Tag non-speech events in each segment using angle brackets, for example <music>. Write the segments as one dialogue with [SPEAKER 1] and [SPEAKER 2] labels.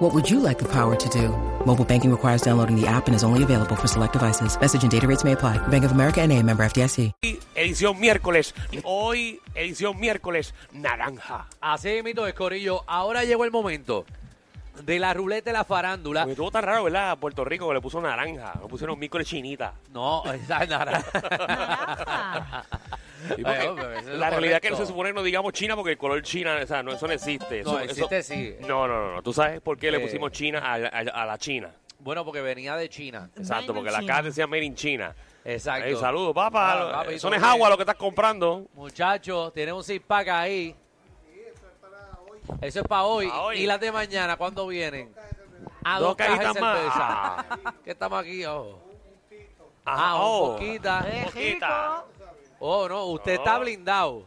[SPEAKER 1] What would you like the power to do? Mobile banking requires downloading the app and is only available for select devices. Message and data rates may apply. Bank of America and a member FDIC.
[SPEAKER 2] Hoy, edición miércoles. Hoy, edición miércoles, naranja.
[SPEAKER 3] Así mito es, Corillo. Ahora llegó el momento de la ruleta de la farándula.
[SPEAKER 2] Porque estuvo tan raro, ¿verdad? Puerto Rico que le puso naranja. Le pusieron miércoles chinita.
[SPEAKER 3] No, <laughs> esa es
[SPEAKER 2] <laughs>
[SPEAKER 3] nada.
[SPEAKER 2] Sí, porque la realidad es que no se supone que no digamos China porque el color China, o sea, no, eso no existe. Eso-
[SPEAKER 3] No,
[SPEAKER 2] eso-
[SPEAKER 3] existe sí.
[SPEAKER 2] No, no, no, no. ¿Tú sabes por qué le
[SPEAKER 3] Eh.
[SPEAKER 2] pusimos China a, la- a la- a la China?
[SPEAKER 3] Bueno, porque venía de China.
[SPEAKER 2] Exacto,
[SPEAKER 4] Made in
[SPEAKER 2] porque la
[SPEAKER 4] China.
[SPEAKER 2] cara decía Made in China.
[SPEAKER 3] Exacto.
[SPEAKER 2] Ey, saludos, papá.
[SPEAKER 3] Ah, papi,
[SPEAKER 2] eso no es
[SPEAKER 3] todo
[SPEAKER 2] agua
[SPEAKER 3] bien.
[SPEAKER 2] lo que estás comprando.
[SPEAKER 3] Muchachos, tiene un six pack ahí. Eso es para hoy.
[SPEAKER 2] Pa' hoy.
[SPEAKER 3] ¿Y las de mañana cuándo vienen? A
[SPEAKER 2] Dos
[SPEAKER 3] dos, cajas de
[SPEAKER 2] cajitas más. Ah.
[SPEAKER 3] cerveza. ¿Qué estamos aquí, ojo?
[SPEAKER 2] Ajá,
[SPEAKER 3] Ah,
[SPEAKER 2] oh.
[SPEAKER 3] un poquita.
[SPEAKER 2] Poquita.
[SPEAKER 3] Oh, no, usted está blindado.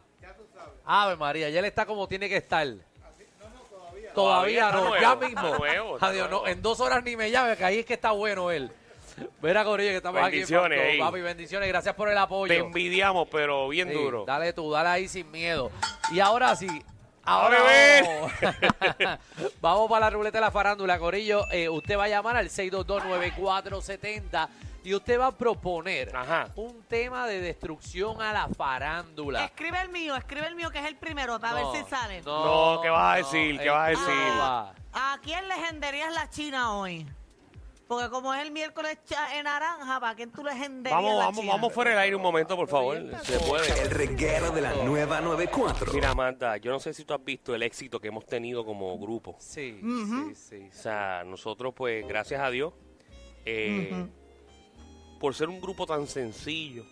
[SPEAKER 3] Ave María, ya le está como tiene que estar.
[SPEAKER 2] Todavía
[SPEAKER 3] Todavía
[SPEAKER 2] está
[SPEAKER 3] no,
[SPEAKER 2] nuevo,
[SPEAKER 3] ya
[SPEAKER 2] está
[SPEAKER 3] mismo.
[SPEAKER 2] nuevo, está
[SPEAKER 3] Adiós,
[SPEAKER 2] nuevo.
[SPEAKER 3] no, en dos horas ni me llame, que ahí es que está bueno él. Verá, Corillo, que estamos
[SPEAKER 2] Bendiciones,
[SPEAKER 3] aquí.
[SPEAKER 2] ey.
[SPEAKER 3] en Papi, bendiciones, gracias por el apoyo.
[SPEAKER 2] Te envidiamos, pero bien
[SPEAKER 3] Sí,
[SPEAKER 2] duro.
[SPEAKER 3] Dale tú, dale ahí sin miedo. Y ahora sí.
[SPEAKER 2] Ahora
[SPEAKER 3] Ahora
[SPEAKER 2] ven.
[SPEAKER 3] vamos. <laughs> Vamos para la ruleta de la farándula, Corillo. Eh, usted va a llamar al 6229470 y usted va a proponer
[SPEAKER 2] Ajá.
[SPEAKER 3] un tema de destrucción a la farándula.
[SPEAKER 4] Escribe el mío, escribe el mío que es el primero para
[SPEAKER 3] No,
[SPEAKER 4] ver si sale.
[SPEAKER 2] No, ¿qué vas a decir? ¿Qué
[SPEAKER 3] eh,
[SPEAKER 2] vas a
[SPEAKER 4] decir?
[SPEAKER 3] va.
[SPEAKER 4] ¿A quién legendarías la China hoy? Porque como es el miércoles cha- en naranja, ¿para quién tú legendarías
[SPEAKER 2] Vamos,
[SPEAKER 4] la
[SPEAKER 2] vamos,
[SPEAKER 4] China?
[SPEAKER 2] vamos fuera del aire un momento, por favor. Se puede.
[SPEAKER 5] El reguero de la nueva 94.
[SPEAKER 2] Mira, Amanda, yo no sé si tú has visto el éxito que hemos tenido como grupo.
[SPEAKER 3] Sí, sí,
[SPEAKER 2] O
[SPEAKER 3] sí.
[SPEAKER 2] sea, nosotros, pues, gracias a Dios, eh, por ser un grupo tan sencillo,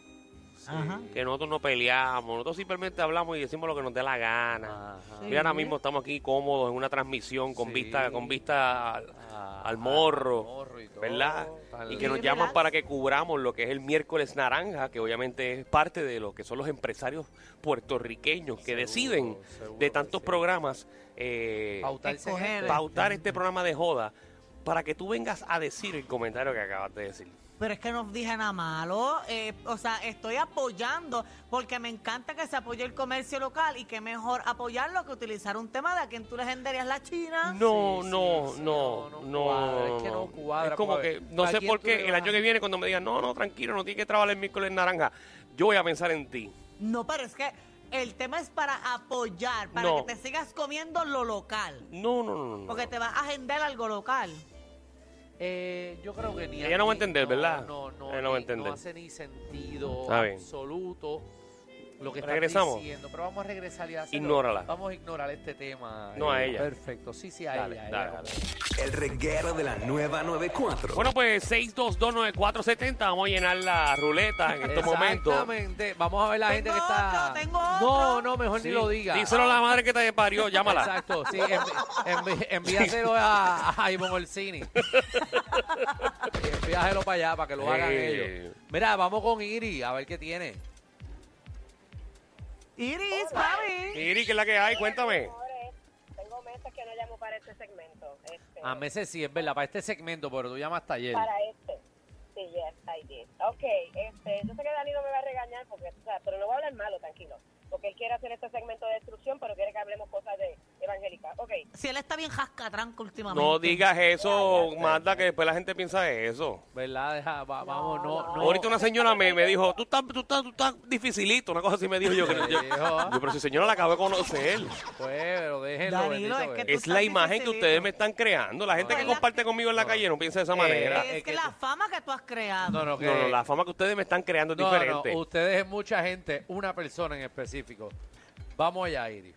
[SPEAKER 4] Ajá.
[SPEAKER 2] que nosotros no peleamos, nosotros simplemente hablamos y decimos lo que nos dé la gana.
[SPEAKER 3] Ajá.
[SPEAKER 2] Mira, ahora mismo estamos aquí cómodos en una transmisión con
[SPEAKER 3] Ah, Sí.
[SPEAKER 2] vista con vista al,
[SPEAKER 3] Ah,
[SPEAKER 2] al morro,
[SPEAKER 3] al morro y todo.
[SPEAKER 2] ¿verdad?
[SPEAKER 3] Al-
[SPEAKER 2] Y que nos
[SPEAKER 4] Sí,
[SPEAKER 2] llaman
[SPEAKER 4] relax.
[SPEAKER 2] para que cubramos lo que es el miércoles naranja, que obviamente es parte de lo que son los empresarios puertorriqueños que deciden
[SPEAKER 3] seguro
[SPEAKER 2] de
[SPEAKER 3] que
[SPEAKER 2] tantos
[SPEAKER 3] sí.
[SPEAKER 2] programas eh,
[SPEAKER 3] Pautarse
[SPEAKER 4] Escoger.
[SPEAKER 3] gente.
[SPEAKER 2] pautar este programa de joda para que tú vengas a decir el comentario que acabas de decir.
[SPEAKER 4] Pero es que no dije nada malo. eh, o sea, estoy apoyando porque me encanta que se apoye el comercio local y que mejor apoyarlo que utilizar un tema de a quién tú legendarías la China.
[SPEAKER 2] No,
[SPEAKER 3] Sí,
[SPEAKER 2] no,
[SPEAKER 3] sí, sí,
[SPEAKER 2] no,
[SPEAKER 3] no, no
[SPEAKER 2] no,
[SPEAKER 3] cuadra, es que no cuadra,
[SPEAKER 2] Es como
[SPEAKER 3] porque
[SPEAKER 2] que no
[SPEAKER 3] ¿a
[SPEAKER 2] sé
[SPEAKER 3] quién
[SPEAKER 2] por
[SPEAKER 3] tú le
[SPEAKER 2] qué el
[SPEAKER 3] vas a-
[SPEAKER 2] año que viene cuando me digan, no, no, tranquilo, no tienes que trabajar el miércoles naranja, yo voy a pensar en ti.
[SPEAKER 4] No, pero es que el tema es para apoyar, para
[SPEAKER 2] No.
[SPEAKER 4] que te sigas comiendo lo local.
[SPEAKER 2] No, no, no, no.
[SPEAKER 4] Porque
[SPEAKER 2] no.
[SPEAKER 4] te vas a agendar algo local.
[SPEAKER 3] Eh, yo creo que ni
[SPEAKER 2] Ella no va a
[SPEAKER 3] ni-
[SPEAKER 2] entender, ¿verdad?
[SPEAKER 3] No, no,
[SPEAKER 2] Ella no va a
[SPEAKER 3] ni-
[SPEAKER 2] entender.
[SPEAKER 3] No hace ni sentido
[SPEAKER 2] Está bien.
[SPEAKER 3] absoluto lo que está
[SPEAKER 2] ¿Regresamos?
[SPEAKER 3] diciendo. Pero vamos a regresar y hacerlo.
[SPEAKER 2] Ignórala.
[SPEAKER 3] Vamos a ignorar este tema.
[SPEAKER 2] No a
[SPEAKER 3] Eh,
[SPEAKER 2] ella.
[SPEAKER 3] Perfecto. Sí, sí, a
[SPEAKER 2] Dale,
[SPEAKER 3] ella. a
[SPEAKER 2] dale,
[SPEAKER 3] ella.
[SPEAKER 2] dale.
[SPEAKER 5] El reguero de la nueva 94.
[SPEAKER 2] Bueno, pues 6229470, vamos a llenar la ruleta en estos momentos.
[SPEAKER 3] Exactamente. Vamos a ver la
[SPEAKER 4] Tengo
[SPEAKER 3] gente que está.
[SPEAKER 4] otro, tengo
[SPEAKER 3] No,
[SPEAKER 4] otro.
[SPEAKER 3] no, mejor
[SPEAKER 2] Sí,
[SPEAKER 3] ni lo diga.
[SPEAKER 2] Díselo a la madre que te parió, llámala.
[SPEAKER 3] Exacto, sí, envi- envi- envíaselo a, a
[SPEAKER 2] <laughs>
[SPEAKER 3] Ivonne Orsini. Y envíaselo para allá, para que lo hagan
[SPEAKER 2] Eh.
[SPEAKER 3] ellos. Mira, vamos con Iri, a ver qué tiene.
[SPEAKER 4] Iris, papi.
[SPEAKER 2] Iri, que es la que hay, cuéntame.
[SPEAKER 6] Señores, Tengo meses que no llamo para este segmento. Este,
[SPEAKER 3] A meses sí, es verdad, para este segmento, pero tú llamas taller.
[SPEAKER 6] Para este. Sí, yes, I did. Ok, este, yo sé que Dani no me va a regañar, porque, o sea, pero no voy a hablar malo, tranquilo. Porque él quiere hacer este segmento de destrucción, pero quiere que hablemos cosas de evangélica. Ok,
[SPEAKER 4] Si él está bien jascatranco últimamente.
[SPEAKER 2] No digas eso, Marta, que después la gente piensa eso.
[SPEAKER 3] ¿Verdad? Deja, va- vamos, no, no.
[SPEAKER 2] Ahorita una señora me, me dijo, tú estás, tú, estás, tú estás dificilito, una cosa así me dijo yo. que no- yo,
[SPEAKER 3] Me dijo.
[SPEAKER 2] yo, pero si señora la acabo de conocer. <laughs>
[SPEAKER 3] Pues, pero déjenlo,
[SPEAKER 4] Danilo,
[SPEAKER 3] bendito
[SPEAKER 4] es que
[SPEAKER 3] es.
[SPEAKER 4] tú-
[SPEAKER 2] Es la
[SPEAKER 4] estás
[SPEAKER 2] imagen que
[SPEAKER 4] dificilito.
[SPEAKER 2] ustedes me están creando. La gente que
[SPEAKER 4] ¿Verdad?
[SPEAKER 2] comparte conmigo en la calle no piensa de esa
[SPEAKER 3] Eh,
[SPEAKER 2] manera.
[SPEAKER 4] Es,
[SPEAKER 3] Es
[SPEAKER 4] que
[SPEAKER 3] que
[SPEAKER 4] la
[SPEAKER 3] tú-
[SPEAKER 4] fama que tú has creado.
[SPEAKER 3] No, no, que-
[SPEAKER 2] No, no, la fama que ustedes me están creando es
[SPEAKER 3] no, no,
[SPEAKER 2] diferente.
[SPEAKER 3] ustedes es mucha gente, una persona en específico. Vamos allá, Iri.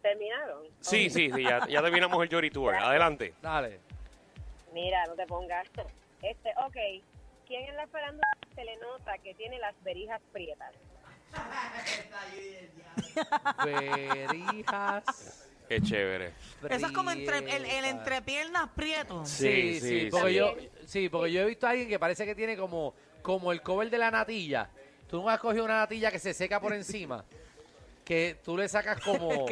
[SPEAKER 6] terminaron.
[SPEAKER 2] Sí, sí, sí, ya, ya terminamos el Jory Tour. eh, Adelante.
[SPEAKER 4] <laughs>
[SPEAKER 3] Dale.
[SPEAKER 6] Mira, no te pongas. Este, ok, ¿quién en la farándula se le nota que tiene las verijas prietas?
[SPEAKER 3] Verijas.
[SPEAKER 2] Qué chévere.
[SPEAKER 4] Eso es como entre, el, el
[SPEAKER 3] prietas.
[SPEAKER 4] entrepiernas prieto.
[SPEAKER 3] Sí, sí,
[SPEAKER 2] Sí, sí,
[SPEAKER 3] porque
[SPEAKER 2] sí.
[SPEAKER 3] yo sí, porque yo he visto a alguien que parece que tiene como como el cover de la natilla, Tú no has cogido una natilla que se seca por encima. Que tú le sacas como.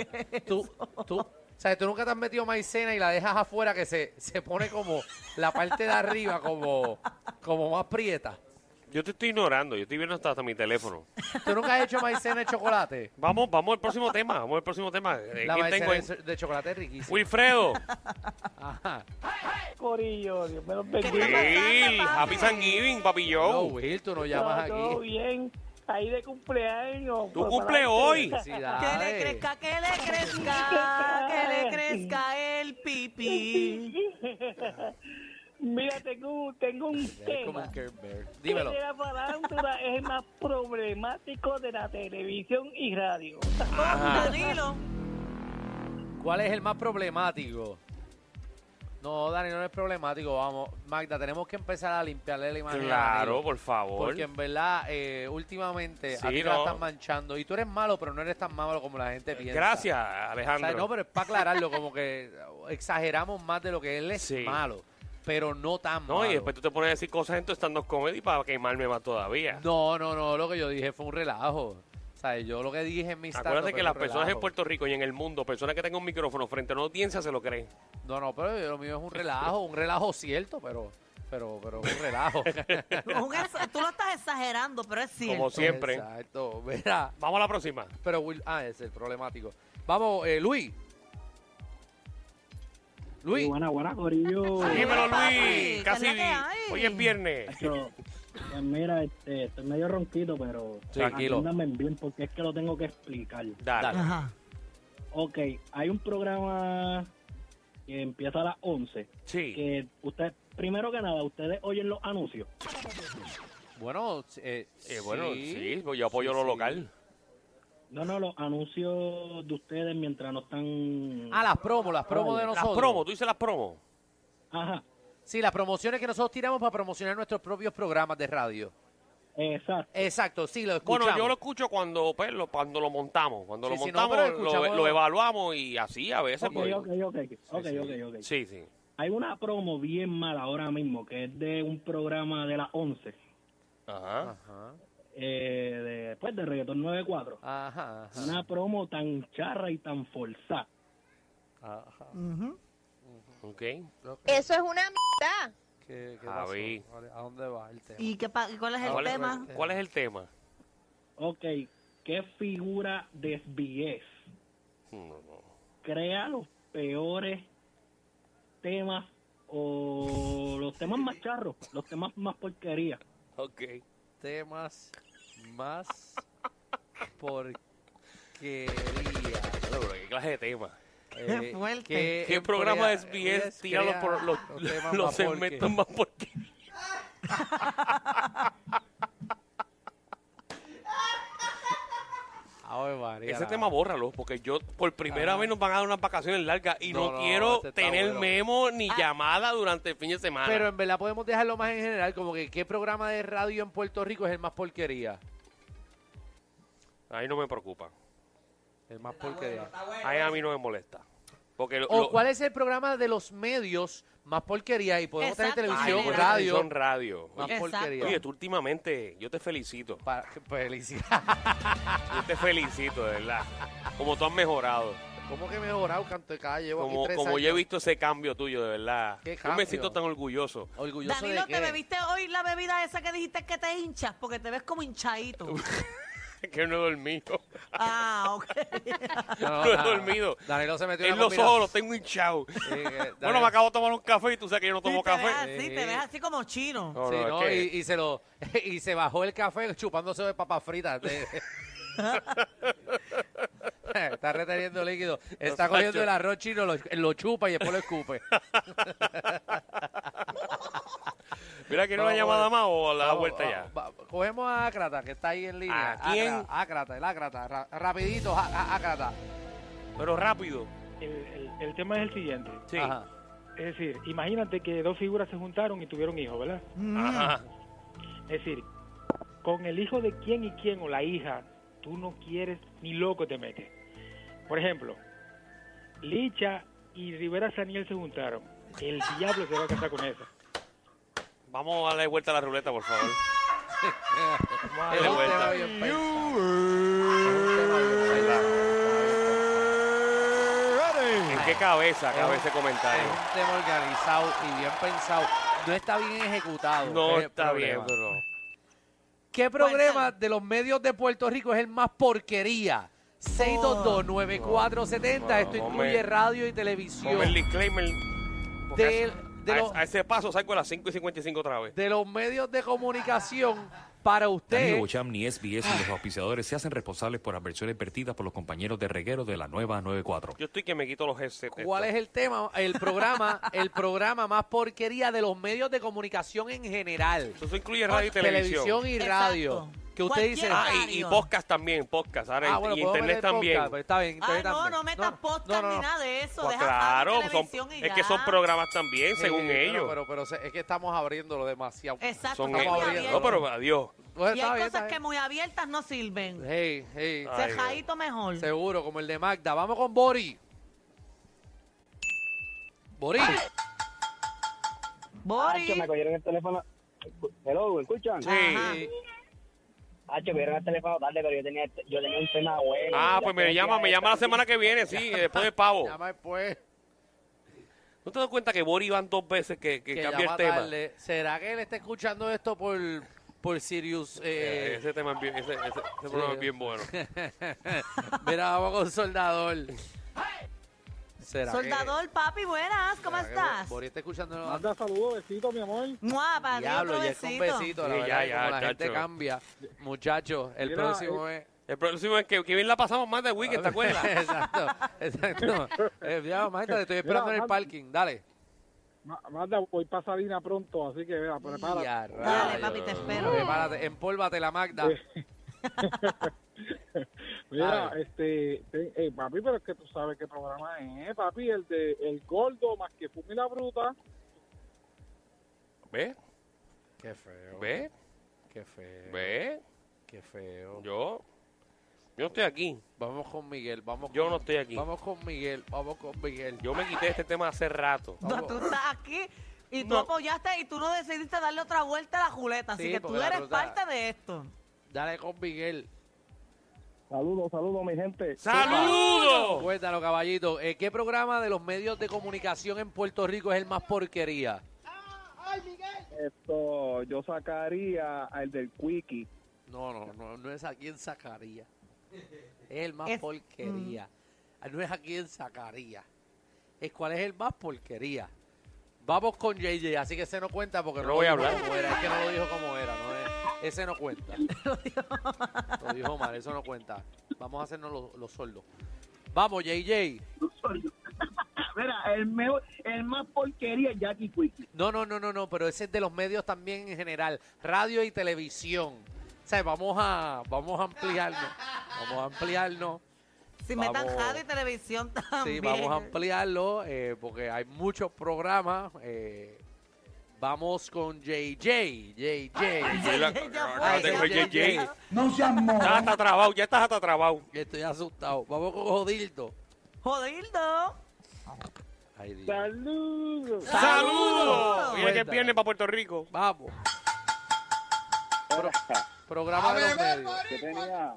[SPEAKER 3] tú, tú, o sea, tú nunca te has metido maicena y la dejas afuera que se, se pone como la parte de arriba, como, como más prieta.
[SPEAKER 2] Yo te estoy ignorando, yo estoy viendo hasta, hasta mi teléfono.
[SPEAKER 3] Tú nunca has hecho maicena de chocolate.
[SPEAKER 2] Vamos, vamos al próximo tema, vamos al próximo tema. Eh,
[SPEAKER 3] La
[SPEAKER 2] ¿Quién
[SPEAKER 3] maicena
[SPEAKER 2] tengo? en-
[SPEAKER 3] de- de chocolate es riquísima.
[SPEAKER 2] Wilfredo.
[SPEAKER 3] Ajá.
[SPEAKER 7] Corillo, Dios me los
[SPEAKER 4] ¿Qué está
[SPEAKER 7] bendiga.
[SPEAKER 4] pasando,
[SPEAKER 2] Will,
[SPEAKER 4] papi?
[SPEAKER 2] Happy Thanksgiving, papi
[SPEAKER 3] No,
[SPEAKER 2] Joe.
[SPEAKER 3] Will, tú no
[SPEAKER 7] Todo,
[SPEAKER 3] llamas
[SPEAKER 7] todo
[SPEAKER 3] aquí.
[SPEAKER 7] bien. Ahí de cumpleaños.
[SPEAKER 2] Tú
[SPEAKER 7] Pues,
[SPEAKER 2] cumple
[SPEAKER 7] para-
[SPEAKER 2] hoy.
[SPEAKER 4] Que le
[SPEAKER 3] Felicidades.
[SPEAKER 4] crezca, que le crezca, que le crezca el pipí.
[SPEAKER 7] Mira, tengo, tengo un
[SPEAKER 3] Es como
[SPEAKER 7] tema.
[SPEAKER 3] un Care Bear.
[SPEAKER 7] El
[SPEAKER 3] Dímelo.
[SPEAKER 7] de la farándula es el más problemático de la televisión y radio.
[SPEAKER 4] Danilo,
[SPEAKER 3] ¿Cuál es el más problemático? No, Dani, no es problemático, vamos. Magda, tenemos que empezar a limpiarle la imagen. a
[SPEAKER 2] Claro,
[SPEAKER 3] Danilo,
[SPEAKER 2] por favor.
[SPEAKER 3] Porque en verdad, eh, últimamente
[SPEAKER 2] Sí,
[SPEAKER 3] a ti te la
[SPEAKER 2] no.
[SPEAKER 3] están manchando. Y tú eres malo, pero no eres tan malo como la gente piensa.
[SPEAKER 2] Gracias,
[SPEAKER 3] O sea, no,
[SPEAKER 2] Alejandro.
[SPEAKER 3] pero es para aclararlo, como que exageramos más de lo que él es
[SPEAKER 2] Sí.
[SPEAKER 3] malo, pero no tan
[SPEAKER 2] No,
[SPEAKER 3] malo.
[SPEAKER 2] y después tú te pones a decir cosas en tu stand-up comedy para quemarme más todavía.
[SPEAKER 3] No, no, no, lo que yo dije fue un relajo. O sea, yo lo que dije en mi stand-up
[SPEAKER 2] Acuérdate que
[SPEAKER 3] es
[SPEAKER 2] las
[SPEAKER 3] un
[SPEAKER 2] personas en
[SPEAKER 3] relajo.
[SPEAKER 2] Puerto Rico y en el mundo, personas que tengan un micrófono frente a una audiencia se lo creen.
[SPEAKER 3] No, no, pero yo lo mío es un relajo, un relajo cierto, pero, pero, pero un
[SPEAKER 2] <laughs>
[SPEAKER 3] relajo.
[SPEAKER 4] un ex- tú lo estás exagerando, pero es
[SPEAKER 2] Como
[SPEAKER 4] cierto.
[SPEAKER 2] siempre.
[SPEAKER 3] Exacto, <laughs> verá.
[SPEAKER 2] Vamos a la próxima.
[SPEAKER 3] Pero Will, ah, es el problemático. Vamos, eh, Luis. Luis,
[SPEAKER 8] Buena, buena, Corillo.
[SPEAKER 2] Dímelo,
[SPEAKER 4] papi,
[SPEAKER 2] Luis.
[SPEAKER 4] ¿qué es
[SPEAKER 2] Casi.
[SPEAKER 4] la que hay?
[SPEAKER 2] Hoy es viernes.
[SPEAKER 8] Yo, pues mira, este, estoy medio ronquito, pero
[SPEAKER 2] Sí.
[SPEAKER 3] Tranquilo.
[SPEAKER 8] atiéndanme bien porque es que lo tengo que explicar.
[SPEAKER 2] Dale.
[SPEAKER 4] Ajá.
[SPEAKER 8] Ok, hay un programa que empieza a las 11.
[SPEAKER 3] Eh,
[SPEAKER 2] Sí.
[SPEAKER 8] Que usted, primero que nada, ustedes oyen los anuncios.
[SPEAKER 3] bueno, eh,
[SPEAKER 2] Eh, bueno, sí, pues yo apoyo
[SPEAKER 3] Sí,
[SPEAKER 2] lo
[SPEAKER 3] sí.
[SPEAKER 2] local.
[SPEAKER 8] No, no, los anuncios de ustedes mientras no están.
[SPEAKER 3] Ah, las promos, las promos de
[SPEAKER 2] Las
[SPEAKER 3] nosotros.
[SPEAKER 2] promos, tú dices las promos.
[SPEAKER 8] Ajá,
[SPEAKER 3] Sí, las promociones que nosotros tiramos para promocionar nuestros propios programas de radio.
[SPEAKER 8] exacto.
[SPEAKER 3] Exacto, sí, lo escuchamos.
[SPEAKER 2] Bueno, yo lo escucho cuando, pues, lo, cuando lo montamos. Cuando
[SPEAKER 3] Sí,
[SPEAKER 2] lo
[SPEAKER 3] sí, no,
[SPEAKER 2] montamos,
[SPEAKER 3] pero
[SPEAKER 2] lo- lo,
[SPEAKER 3] escuchamos-
[SPEAKER 2] evaluamos y así a veces.
[SPEAKER 8] Ok,
[SPEAKER 2] pues,
[SPEAKER 8] ok, ok, ok,
[SPEAKER 3] sí.
[SPEAKER 8] ok, ok.
[SPEAKER 2] Sí, sí.
[SPEAKER 8] Hay una promo bien mala ahora mismo que es de un programa de las 11,
[SPEAKER 2] Ajá.
[SPEAKER 3] Ajá,
[SPEAKER 8] eh, de, pues de Reggaetón 94.
[SPEAKER 3] ajá, ajá,
[SPEAKER 8] Una promo tan charra y tan forzada.
[SPEAKER 3] ajá.
[SPEAKER 2] Ok.
[SPEAKER 9] Eso es una mierda.
[SPEAKER 3] ¿Qué, qué
[SPEAKER 2] Javi.
[SPEAKER 3] pasó? ¿A dónde va el tema?
[SPEAKER 4] ¿Y qué pa- y cuál es el
[SPEAKER 2] ¿Cuál, es-
[SPEAKER 4] tema?
[SPEAKER 2] cuál es el tema?
[SPEAKER 8] Ok, ¿qué figura desviez
[SPEAKER 2] No, no.
[SPEAKER 8] crea los peores temas o los temas más charros, los temas más porquería?
[SPEAKER 2] Ok.
[SPEAKER 3] temas más porquería.
[SPEAKER 2] Bueno, pero ¿Qué clase de tema?
[SPEAKER 4] Qué fuerte.
[SPEAKER 3] que
[SPEAKER 2] ¿Qué
[SPEAKER 3] Eh, en
[SPEAKER 2] programa
[SPEAKER 3] Corea-
[SPEAKER 2] de SBS tira
[SPEAKER 3] crea
[SPEAKER 2] los, pro- los,
[SPEAKER 3] temas
[SPEAKER 2] los
[SPEAKER 3] más porquería?
[SPEAKER 2] segmentos más porque
[SPEAKER 3] Ave María,
[SPEAKER 2] Ese
[SPEAKER 3] la-
[SPEAKER 2] tema bórralo, porque yo por primera vez nos van a dar unas vacaciones largas y no,
[SPEAKER 3] No, no,
[SPEAKER 2] quiero
[SPEAKER 3] este está
[SPEAKER 2] tener
[SPEAKER 3] bueno.
[SPEAKER 2] memo ni
[SPEAKER 4] Ah.
[SPEAKER 2] llamada durante el fin de semana.
[SPEAKER 3] Pero en verdad podemos dejarlo más en general, como que qué programa de radio en Puerto Rico es el más porquería.
[SPEAKER 2] Ahí no me preocupa.
[SPEAKER 3] El más porquería.
[SPEAKER 2] Ahí a mí no me molesta. Porque lo-
[SPEAKER 3] O
[SPEAKER 2] lo-
[SPEAKER 3] cuál es el programa de los medios más porquería y podemos tener
[SPEAKER 2] Ay,
[SPEAKER 4] Exacto,
[SPEAKER 3] televisión,
[SPEAKER 2] bueno,
[SPEAKER 3] radio, Ah,
[SPEAKER 2] Son radio.
[SPEAKER 3] más
[SPEAKER 4] Exacto.
[SPEAKER 3] porquería.
[SPEAKER 2] Oye, tú últimamente, yo te felicito.
[SPEAKER 3] Para- felicidad. <laughs>
[SPEAKER 2] Yo te felicito, de verdad. Como tú has mejorado.
[SPEAKER 3] ¿Cómo que mejorado, canto de calle? Llevo aquí
[SPEAKER 2] Como,
[SPEAKER 3] tres
[SPEAKER 2] como yo he
[SPEAKER 3] años.
[SPEAKER 2] visto ese cambio tuyo, de verdad.
[SPEAKER 3] ¿Qué
[SPEAKER 2] Yo me
[SPEAKER 3] cambio?
[SPEAKER 2] siento tan orgulloso. <laughs>
[SPEAKER 3] Orgulloso
[SPEAKER 4] Danilo,
[SPEAKER 3] de
[SPEAKER 4] ¿te
[SPEAKER 3] qué?
[SPEAKER 4] bebiste hoy la bebida esa que dijiste que te hinchas? Porque te ves
[SPEAKER 3] <laughs>
[SPEAKER 4] como hinchadito.
[SPEAKER 2] que no he dormido.
[SPEAKER 4] ah, ok.
[SPEAKER 2] <laughs> No <laughs>
[SPEAKER 3] No,
[SPEAKER 2] he dormido.
[SPEAKER 3] Danilo se metió
[SPEAKER 2] En
[SPEAKER 3] una
[SPEAKER 2] los
[SPEAKER 3] combinación.
[SPEAKER 2] ojos los tengo hinchados. <laughs>
[SPEAKER 3] Sí, eh, que-
[SPEAKER 2] Bueno,
[SPEAKER 3] Danilo-
[SPEAKER 2] me acabo de tomar un café y tú sabes que yo no
[SPEAKER 4] Sí,
[SPEAKER 2] tomo
[SPEAKER 4] te ves
[SPEAKER 2] café.
[SPEAKER 4] así, te ves así como chino.
[SPEAKER 2] No,
[SPEAKER 3] Sí,
[SPEAKER 2] no, es
[SPEAKER 3] no,
[SPEAKER 2] que-
[SPEAKER 3] y, y se lo <laughs> y se bajó el café chupándose de papas fritas. De- <laughs> está reteniendo líquido. Está cogiendo el arroz chino, lo, lo chupa y después
[SPEAKER 2] <laughs>
[SPEAKER 3] lo escupe.
[SPEAKER 2] Mira, ¿quiere una
[SPEAKER 3] Vamos, eh,
[SPEAKER 2] llamada más o la
[SPEAKER 3] Vamos,
[SPEAKER 2] vuelta ya?
[SPEAKER 3] va- va- cogemos a Ácrata, que está ahí en línea.
[SPEAKER 2] ¿A quién?
[SPEAKER 3] Ácrata, Ácrata, el Ácrata. ra- rapidito, a- a- Ácrata.
[SPEAKER 2] Pero rápido.
[SPEAKER 7] El, el- el tema es el siguiente.
[SPEAKER 2] Sí.
[SPEAKER 3] Ajá.
[SPEAKER 7] Es decir, imagínate que dos figuras se juntaron y tuvieron hijos, ¿verdad?
[SPEAKER 2] Ajá.
[SPEAKER 7] Es decir, con el hijo de quién y quién o la hija, tú no quieres ni loco te metes. Por ejemplo, Licha y Rivera Saniel se juntaron. El diablo se va a casar con esa.
[SPEAKER 2] Vamos a darle vuelta a la ruleta, por favor.
[SPEAKER 3] Es
[SPEAKER 2] de
[SPEAKER 3] un
[SPEAKER 2] vuelta.
[SPEAKER 3] tema bien pensado. Es un tema bien pensado,
[SPEAKER 2] ¿En
[SPEAKER 3] Ah,
[SPEAKER 2] qué cabeza cabe
[SPEAKER 3] Es un-
[SPEAKER 2] ese comentario?
[SPEAKER 3] Es un tema organizado y bien pensado. No está bien ejecutado.
[SPEAKER 2] No
[SPEAKER 3] es el
[SPEAKER 2] está bien,
[SPEAKER 3] eh, problema.
[SPEAKER 2] bro.
[SPEAKER 3] ¿Qué programa de los medios de Puerto Rico es el más porquería? 6229470. Esto
[SPEAKER 2] no,
[SPEAKER 3] incluye
[SPEAKER 2] hombre.
[SPEAKER 3] radio y televisión.
[SPEAKER 2] Ponme el disclaimer. porque
[SPEAKER 3] Del-
[SPEAKER 2] a ese-
[SPEAKER 3] de
[SPEAKER 2] a,
[SPEAKER 3] los-
[SPEAKER 2] ese- a ese paso salgo a las 5 y 55 otra vez.
[SPEAKER 3] De los medios de comunicación, para
[SPEAKER 10] Danilo
[SPEAKER 3] usted,
[SPEAKER 10] Bocham, ni SBS, ni los auspiciadores se hacen responsables por las versiones vertidas por los compañeros de reguero de la nueva 94.
[SPEAKER 2] Yo estoy que me quito los headsets.
[SPEAKER 3] ¿cuál es el tema, el programa, el programa más porquería de los medios de comunicación en general?
[SPEAKER 2] Eso incluye radio y televisión.
[SPEAKER 3] y
[SPEAKER 4] Exacto.
[SPEAKER 3] radio. Que usted
[SPEAKER 4] Cualquier
[SPEAKER 3] dice,
[SPEAKER 4] radio.
[SPEAKER 2] Ah, y, y podcast también, podcast. Ahora
[SPEAKER 3] Ah,
[SPEAKER 2] y-
[SPEAKER 3] bueno,
[SPEAKER 2] y
[SPEAKER 3] podemos
[SPEAKER 2] internet
[SPEAKER 3] meter
[SPEAKER 2] también.
[SPEAKER 3] podcast, pues. pero está bien,
[SPEAKER 4] Ah,
[SPEAKER 3] internet
[SPEAKER 4] no,
[SPEAKER 3] también.
[SPEAKER 4] no metas
[SPEAKER 3] no, no,
[SPEAKER 4] podcast ni
[SPEAKER 3] no.
[SPEAKER 4] nada de eso.
[SPEAKER 2] Pues
[SPEAKER 4] deja
[SPEAKER 2] claro,
[SPEAKER 4] radio y
[SPEAKER 2] son-
[SPEAKER 4] televisión y
[SPEAKER 2] es que
[SPEAKER 4] ya.
[SPEAKER 2] son programas también,
[SPEAKER 3] Sí,
[SPEAKER 2] según
[SPEAKER 3] pero-
[SPEAKER 2] ellos.
[SPEAKER 3] Pero, pero se- es que estamos abriéndolo demasiado.
[SPEAKER 4] Exacto,
[SPEAKER 2] son
[SPEAKER 4] estamos
[SPEAKER 2] ellos.
[SPEAKER 4] abriendo.
[SPEAKER 2] No, pero adiós.
[SPEAKER 3] Bueno,
[SPEAKER 4] y
[SPEAKER 3] está
[SPEAKER 4] hay
[SPEAKER 3] bien,
[SPEAKER 4] cosas
[SPEAKER 3] está
[SPEAKER 4] que muy abiertas no sirven.
[SPEAKER 3] bien. Hey, hey,
[SPEAKER 2] Ay,
[SPEAKER 4] Cejadito mejor.
[SPEAKER 3] seguro, como el de Magda. Vamos con Bori. Bori.
[SPEAKER 2] Ah.
[SPEAKER 4] Boris.
[SPEAKER 8] me cogieron el teléfono. Hello, ¿escuchan?
[SPEAKER 2] Sí.
[SPEAKER 4] Ajá.
[SPEAKER 2] Ah.
[SPEAKER 8] H, me cogieron el teléfono tarde, pero yo tenía, yo tenía un tema bueno.
[SPEAKER 2] Ah, pues me llama, me llama la semana que viene, sí, después de pavo.
[SPEAKER 3] Llama después.
[SPEAKER 2] ¿No te das cuenta que Bori van dos veces que, que
[SPEAKER 3] Que
[SPEAKER 2] cambia
[SPEAKER 3] llama
[SPEAKER 2] el tema?
[SPEAKER 3] tarde. ¿Será que él está escuchando esto por, por
[SPEAKER 2] <laughs>
[SPEAKER 3] Sirius?
[SPEAKER 2] Eh,
[SPEAKER 3] eh,
[SPEAKER 2] ese tema es bien, ese, ese- ese programa es bien
[SPEAKER 3] <laughs>
[SPEAKER 2] bueno.
[SPEAKER 3] Mira, vamos con Soldador. ¿Será que-
[SPEAKER 4] Soldador, papi, buenas, ¿cómo
[SPEAKER 3] será Eh. que Bo-
[SPEAKER 4] estás?
[SPEAKER 3] Bori está escuchando.
[SPEAKER 8] <laughs> Manda saludos, besitos, mi amor.
[SPEAKER 4] Mua, para ti
[SPEAKER 3] Diablo,
[SPEAKER 4] otro
[SPEAKER 3] ya es con
[SPEAKER 4] besito.
[SPEAKER 3] besito. La
[SPEAKER 2] Sí,
[SPEAKER 3] verdad
[SPEAKER 2] ya,
[SPEAKER 3] que como
[SPEAKER 2] ya,
[SPEAKER 3] la gente
[SPEAKER 2] chacho.
[SPEAKER 3] cambia. Muchachos, el
[SPEAKER 8] Mira,
[SPEAKER 3] próximo es...
[SPEAKER 2] El próximo es que, que bien la pasamos más de weekend, ¿te acuerdas?
[SPEAKER 3] <laughs> exacto, exacto.
[SPEAKER 2] <laughs>
[SPEAKER 3] Eh, ya, Magda, te estoy esperando en el parking. Dale.
[SPEAKER 8] Ma- Manda, voy para Salina pronto, así que vea, prepárate.
[SPEAKER 3] Ya,
[SPEAKER 4] Dale,
[SPEAKER 3] rayos.
[SPEAKER 4] papi, te espero.
[SPEAKER 3] Prepárate, empólvate la Magda.
[SPEAKER 8] Mira,
[SPEAKER 3] Dale.
[SPEAKER 8] este, te- eh, papi, pero es que tú sabes qué programa es, ¿eh, papi, el de El Gordo, más que Fumi la Bruta.
[SPEAKER 2] ¿Ve?
[SPEAKER 3] Qué feo,
[SPEAKER 2] ¿Ve?
[SPEAKER 3] qué feo,
[SPEAKER 2] ¿Ve?
[SPEAKER 3] qué feo.
[SPEAKER 2] Yo. Yo estoy aquí.
[SPEAKER 3] Vamos con Miguel, vamos
[SPEAKER 2] Yo
[SPEAKER 3] con-
[SPEAKER 2] no estoy aquí.
[SPEAKER 3] Vamos con Miguel, vamos con Miguel.
[SPEAKER 2] Yo me quité este tema hace rato.
[SPEAKER 4] <laughs> No, tú estás aquí y tú
[SPEAKER 2] No.
[SPEAKER 4] apoyaste y tú no decidiste darle otra vuelta a la juleta, así
[SPEAKER 3] Sí,
[SPEAKER 4] que
[SPEAKER 3] porque
[SPEAKER 4] tú
[SPEAKER 3] la
[SPEAKER 4] eres
[SPEAKER 3] ruta-
[SPEAKER 4] parte de esto.
[SPEAKER 3] Dale con Miguel.
[SPEAKER 8] Saludos, saludos, mi gente.
[SPEAKER 2] ¡Saludos!
[SPEAKER 3] Cuéntalo, caballito. eh, ¿Qué programa de los medios de comunicación en Puerto Rico es el más porquería?
[SPEAKER 8] Esto, yo sacaría al del Quickie.
[SPEAKER 3] No, no, no, no es a quien sacaría. Es el más
[SPEAKER 4] Es-
[SPEAKER 3] porquería. No es a quien sacaría. Es cuál es el más porquería. Vamos con JJ, así que ese no cuenta porque
[SPEAKER 2] No
[SPEAKER 3] no, lo
[SPEAKER 2] voy a
[SPEAKER 3] dijo
[SPEAKER 2] hablar.
[SPEAKER 3] como era. Es que no lo dijo como era, no es- ese no cuenta. lo dijo mal, eso no cuenta. Vamos a hacernos los los sordos. Vamos, JJ.
[SPEAKER 8] Mira, el mejor, el más porquería es Jackie Quickie.
[SPEAKER 3] No, no, no, no, no, pero ese es de los medios también en general, radio y televisión. O sea, vamos a, vamos a ampliarnos, vamos a ampliarnos,
[SPEAKER 4] Si me metan
[SPEAKER 3] Vamos.
[SPEAKER 4] radio y televisión también.
[SPEAKER 3] sí, vamos a ampliarlo, eh, porque hay muchos programas. eh, vamos con JJ, JJ.
[SPEAKER 2] Yo la-
[SPEAKER 4] Ya, ya, ya,
[SPEAKER 2] ahora
[SPEAKER 3] ya,
[SPEAKER 2] tengo
[SPEAKER 3] ya,
[SPEAKER 2] el
[SPEAKER 3] ya.
[SPEAKER 2] JJ. Estás hasta trabado, ya estás hasta trabado.
[SPEAKER 3] Estoy asustado. Vamos con Jodildo.
[SPEAKER 4] Jodildo.
[SPEAKER 3] Ay, Dios.
[SPEAKER 8] Saludos.
[SPEAKER 2] ¡Saludos! Mira que es
[SPEAKER 3] Cuéntame.
[SPEAKER 2] viernes para Puerto Rico.
[SPEAKER 3] Vamos.
[SPEAKER 2] Ah,
[SPEAKER 3] Pro- programa de los medios.
[SPEAKER 8] Yo tenía,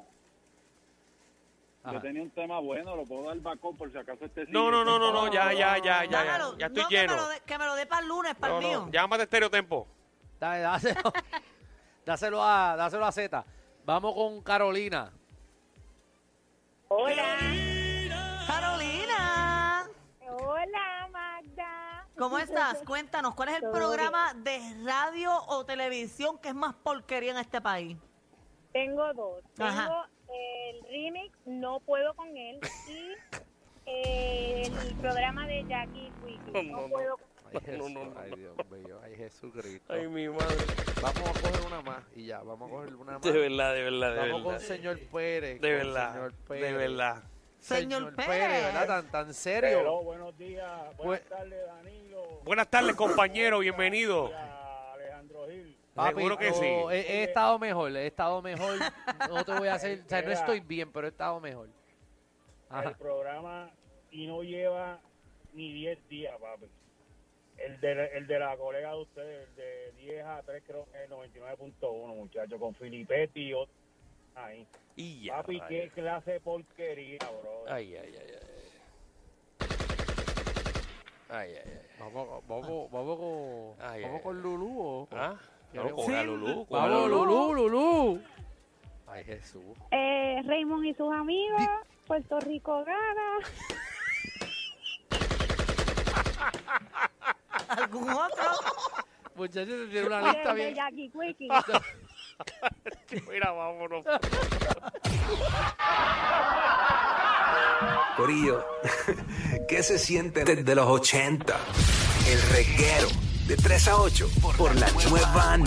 [SPEAKER 3] Ajá.
[SPEAKER 8] tenía un tema bueno, lo puedo dar bacón por si acaso este
[SPEAKER 2] ah, No, no, no, no, no, ya, ya, ya, ya. Ya,
[SPEAKER 4] Dámelo.
[SPEAKER 2] ya estoy
[SPEAKER 4] No, que
[SPEAKER 2] lleno.
[SPEAKER 4] me lo de- Que me lo dé para el lunes, para
[SPEAKER 2] No,
[SPEAKER 4] el mío.
[SPEAKER 2] no, llámate Estereotempo.
[SPEAKER 3] Dale, dáselo. <laughs> dáselo a, dáselo a Z. Vamos con Carolina.
[SPEAKER 9] Hola.
[SPEAKER 4] Carolina.
[SPEAKER 9] Hola, Magda.
[SPEAKER 4] ¿Cómo estás? Cuéntanos, ¿cuál es el
[SPEAKER 9] Todo
[SPEAKER 4] programa de radio o televisión que es más porquería en este país?
[SPEAKER 9] Tengo dos.
[SPEAKER 4] Ajá.
[SPEAKER 9] Tengo el remix No Puedo Con Él y eh, el programa de Jackie Quickie. No, puedo con
[SPEAKER 3] Ay, Jesús,
[SPEAKER 2] no, no.
[SPEAKER 3] ay, Dios mío, ay, Jesucristo.
[SPEAKER 2] Ay, mi madre.
[SPEAKER 3] Vamos a coger una más y ya, vamos a coger una más.
[SPEAKER 2] De verdad, de verdad, de
[SPEAKER 3] Vamos con
[SPEAKER 2] verdad.
[SPEAKER 3] señor Pérez.
[SPEAKER 2] De
[SPEAKER 3] con
[SPEAKER 2] verdad,
[SPEAKER 3] señor
[SPEAKER 2] de
[SPEAKER 3] Pérez.
[SPEAKER 2] verdad.
[SPEAKER 4] Señor, Pérez.
[SPEAKER 3] ¿verdad? Tan, tan serio.
[SPEAKER 8] buenos días,
[SPEAKER 3] Pues-
[SPEAKER 8] tardes, Danilo,
[SPEAKER 2] Buenas tardes, compañero, bienvenido.
[SPEAKER 8] a Alejandro Gil.
[SPEAKER 3] Papi,
[SPEAKER 2] Seguro que
[SPEAKER 3] yo
[SPEAKER 2] sí.
[SPEAKER 3] He, he estado mejor, he estado <laughs> mejor. No te voy a hacer, o sea, no estoy bien, pero he estado mejor. Ajá.
[SPEAKER 8] programa y no lleva ni 10 días, papi. El de, la- el de la colega de ustedes, el de 10 a 3, creo que es 99.1, muchachos, con Filipetti y otro. Ahí.
[SPEAKER 2] Y
[SPEAKER 8] Papi, qué clase de porquería, bro.
[SPEAKER 2] Ay, ay, ay, ay. Ay, ay, ay.
[SPEAKER 3] Vamos, vamos, vamos con, vamos con Lulú. o-
[SPEAKER 2] Ah,
[SPEAKER 3] ¿Qué
[SPEAKER 2] no,
[SPEAKER 3] le-
[SPEAKER 2] coge a
[SPEAKER 3] Sí,
[SPEAKER 2] Lulú, coge a
[SPEAKER 3] Vamos,
[SPEAKER 2] Lulú.
[SPEAKER 3] Lulú, Lulú. Ay, Jesús.
[SPEAKER 6] Eh, Raymond y sus amigos, Puerto Rico gana.
[SPEAKER 4] ¿Algún otro?
[SPEAKER 3] Muchachos, se tiene una
[SPEAKER 9] Ah,
[SPEAKER 6] Y el
[SPEAKER 3] lista
[SPEAKER 6] de
[SPEAKER 3] bien.
[SPEAKER 6] Jackie Quickie.
[SPEAKER 2] Mira, vámonos.
[SPEAKER 5] Corillo, <laughs> ¿qué se siente desde los 80? El reguero de 3 a 8 por la nueva